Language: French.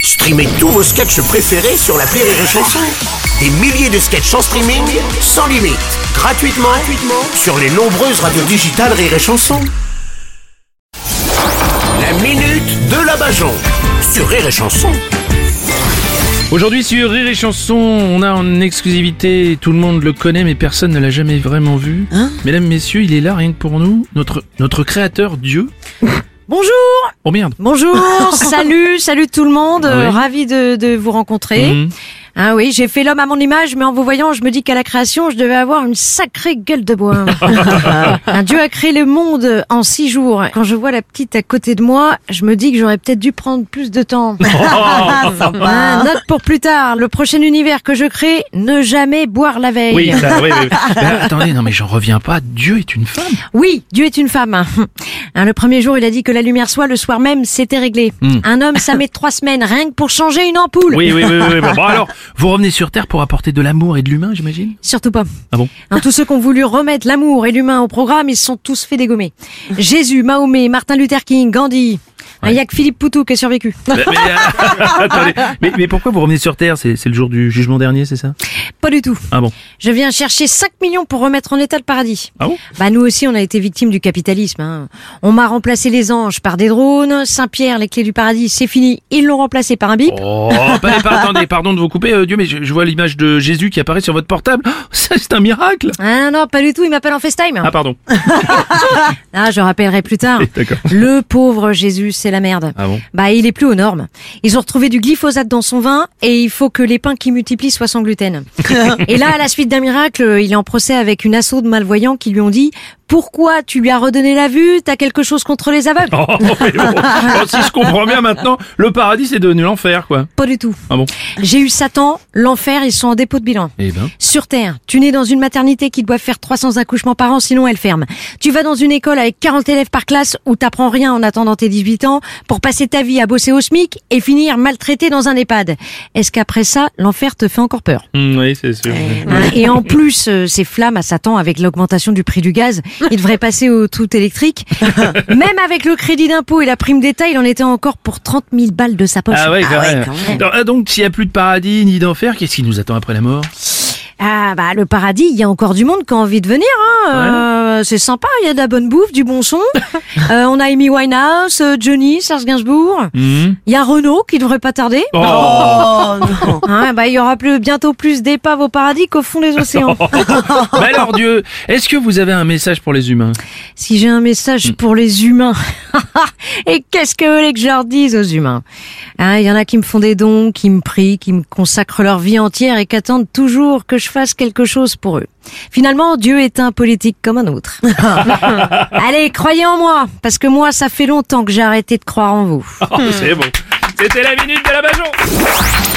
Streamez tous vos sketchs préférés sur la Rire et Chanson. Des milliers de sketchs en streaming, sans limite, gratuitement, gratuitement sur les nombreuses radios digitales Rire et Chanson. La minute de la Bajon sur Rire et Chanson. Aujourd'hui sur Rire et Chanson, on a en exclusivité, tout le monde le connaît mais personne ne l'a jamais vraiment vu. Mesdames, messieurs, il est là rien que pour nous, notre, notre créateur Dieu. Bonjour Oh merde Bonjour Salut Salut tout le monde Ah oui. euh, Ravi de, de vous rencontrer. Mhm. Ah oui, j'ai fait l'homme à mon image, mais en vous voyant, je me dis qu'à la création, je devais avoir une sacrée gueule de bois. Un dieu a créé le monde en six jours. Quand je vois la petite à côté de moi, je me dis que j'aurais peut-être dû prendre plus de temps. Oh, Ah, note pour plus tard, le prochain univers que je crée, ne jamais boire la veille. Oui, ça, oui, oui. Ben, attendez, non mais j'en reviens pas, Dieu est une femme. Oui, Dieu est une femme. Hein, le premier jour, il a dit que la lumière soit, le soir même, c'était réglé. Un homme, ça met trois semaines, rien que pour changer une ampoule. Hmm. Oui, oui, oui, oui, oui. Bon, bon, alors, vous revenez sur Terre pour apporter de l'amour et de l'humain, j'imagine Surtout pas. Ah bon Hein, tous ceux qui ont voulu remettre l'amour et l'humain au programme, ils se sont tous fait dégommer. Jésus, Mahomet, Martin Luther King, Gandhi. Hein, Il n'y a que Philippe Poutou qui a survécu. mais, mais, attendez, mais- mais pourquoi vous revenez sur Terre C'est c'est le jour du jugement dernier, c'est ça Pas du tout. Ah bon Je viens chercher 5 millions pour remettre en état le paradis. Ah bon Bah nous aussi, on a été victimes du capitalisme. hein. On m'a remplacé les anges par des drones. Saint-Pierre, les clés du paradis, c'est fini. Ils l'ont remplacé par un bip. Oh, bah, bah, attendez, pardon de vous couper, euh, Dieu, mais je, je vois l'image de Jésus qui apparaît sur votre portable. Oh, ça, c'est un miracle Ah non, pas du tout, il m'appelle en FaceTime. Ah, pardon. Ah, je rappellerai plus tard. D'accord. Le pauvre Jésus, c'est la merde. Ah bon Bah, il est plus aux normes. Ils ont retrouvé du glyphosate dans son vin et il faut que les pains qui multiplient soient sans gluten. et là, à la suite d'un miracle, il est en procès avec une assaut de malvoyants qui lui ont dit pourquoi tu lui as redonné la vue T'as quelque chose contre les aveugles Oh, mais bon. Oh, si je comprends bien maintenant, le paradis c'est devenu l'enfer, quoi. Pas du tout. Ah bon J'ai eu Satan, l'enfer, ils sont en dépôt de bilan. Eh ben. Sur Terre, tu nais dans une maternité qui doit faire 300 accouchements par an, sinon elle ferme. Tu vas dans une école avec 40 élèves par classe où t'apprends rien en attendant tes 18 ans pour passer ta vie à bosser au SMIC et finir maltraité dans un EHPAD. Est-ce qu'après ça, l'enfer te fait encore peur Hmm, oui, c'est sûr. Ah Hein, Et en plus, euh, ces flammes à Satan avec l'augmentation du prix du gaz, il devrait passer au tout électrique. Même avec le crédit d'impôt et la prime d'État, il en était encore pour 30 000 balles de sa poche. Ah ouais, quand même. Donc, ah, donc, s'il n'y a plus de paradis ni d'enfer, qu'est-ce qui nous attend après la mort Ah bah le paradis, il y a encore du monde qui a envie de venir. Hein. Euh, c'est sympa, il y a de la bonne bouffe, du bon son. Euh, on a Amy Winehouse, euh, Johnny, Serge Gainsbourg. Hmm Il y a Renault qui devrait pas tarder. Oh, Hein, bah il y aura plus, bientôt plus d'épaves au paradis qu'au fond des océans. Bah alors Dieu, est-ce que vous avez un message pour les humains Si j'ai un message pour les humains, et qu'est-ce que vous voulez que je leur dise aux humains Hein, Il y en a qui me font des dons, qui me prient, qui me consacrent leur vie entière et qu'attendent toujours que je fasse quelque chose pour eux. Finalement, Dieu est un politique comme un autre. Allez, croyez en moi, parce que moi, Hmm. ça fait longtemps que j'ai arrêté de croire en vous. Oh, C'est bon. C'était la minute de la Bajon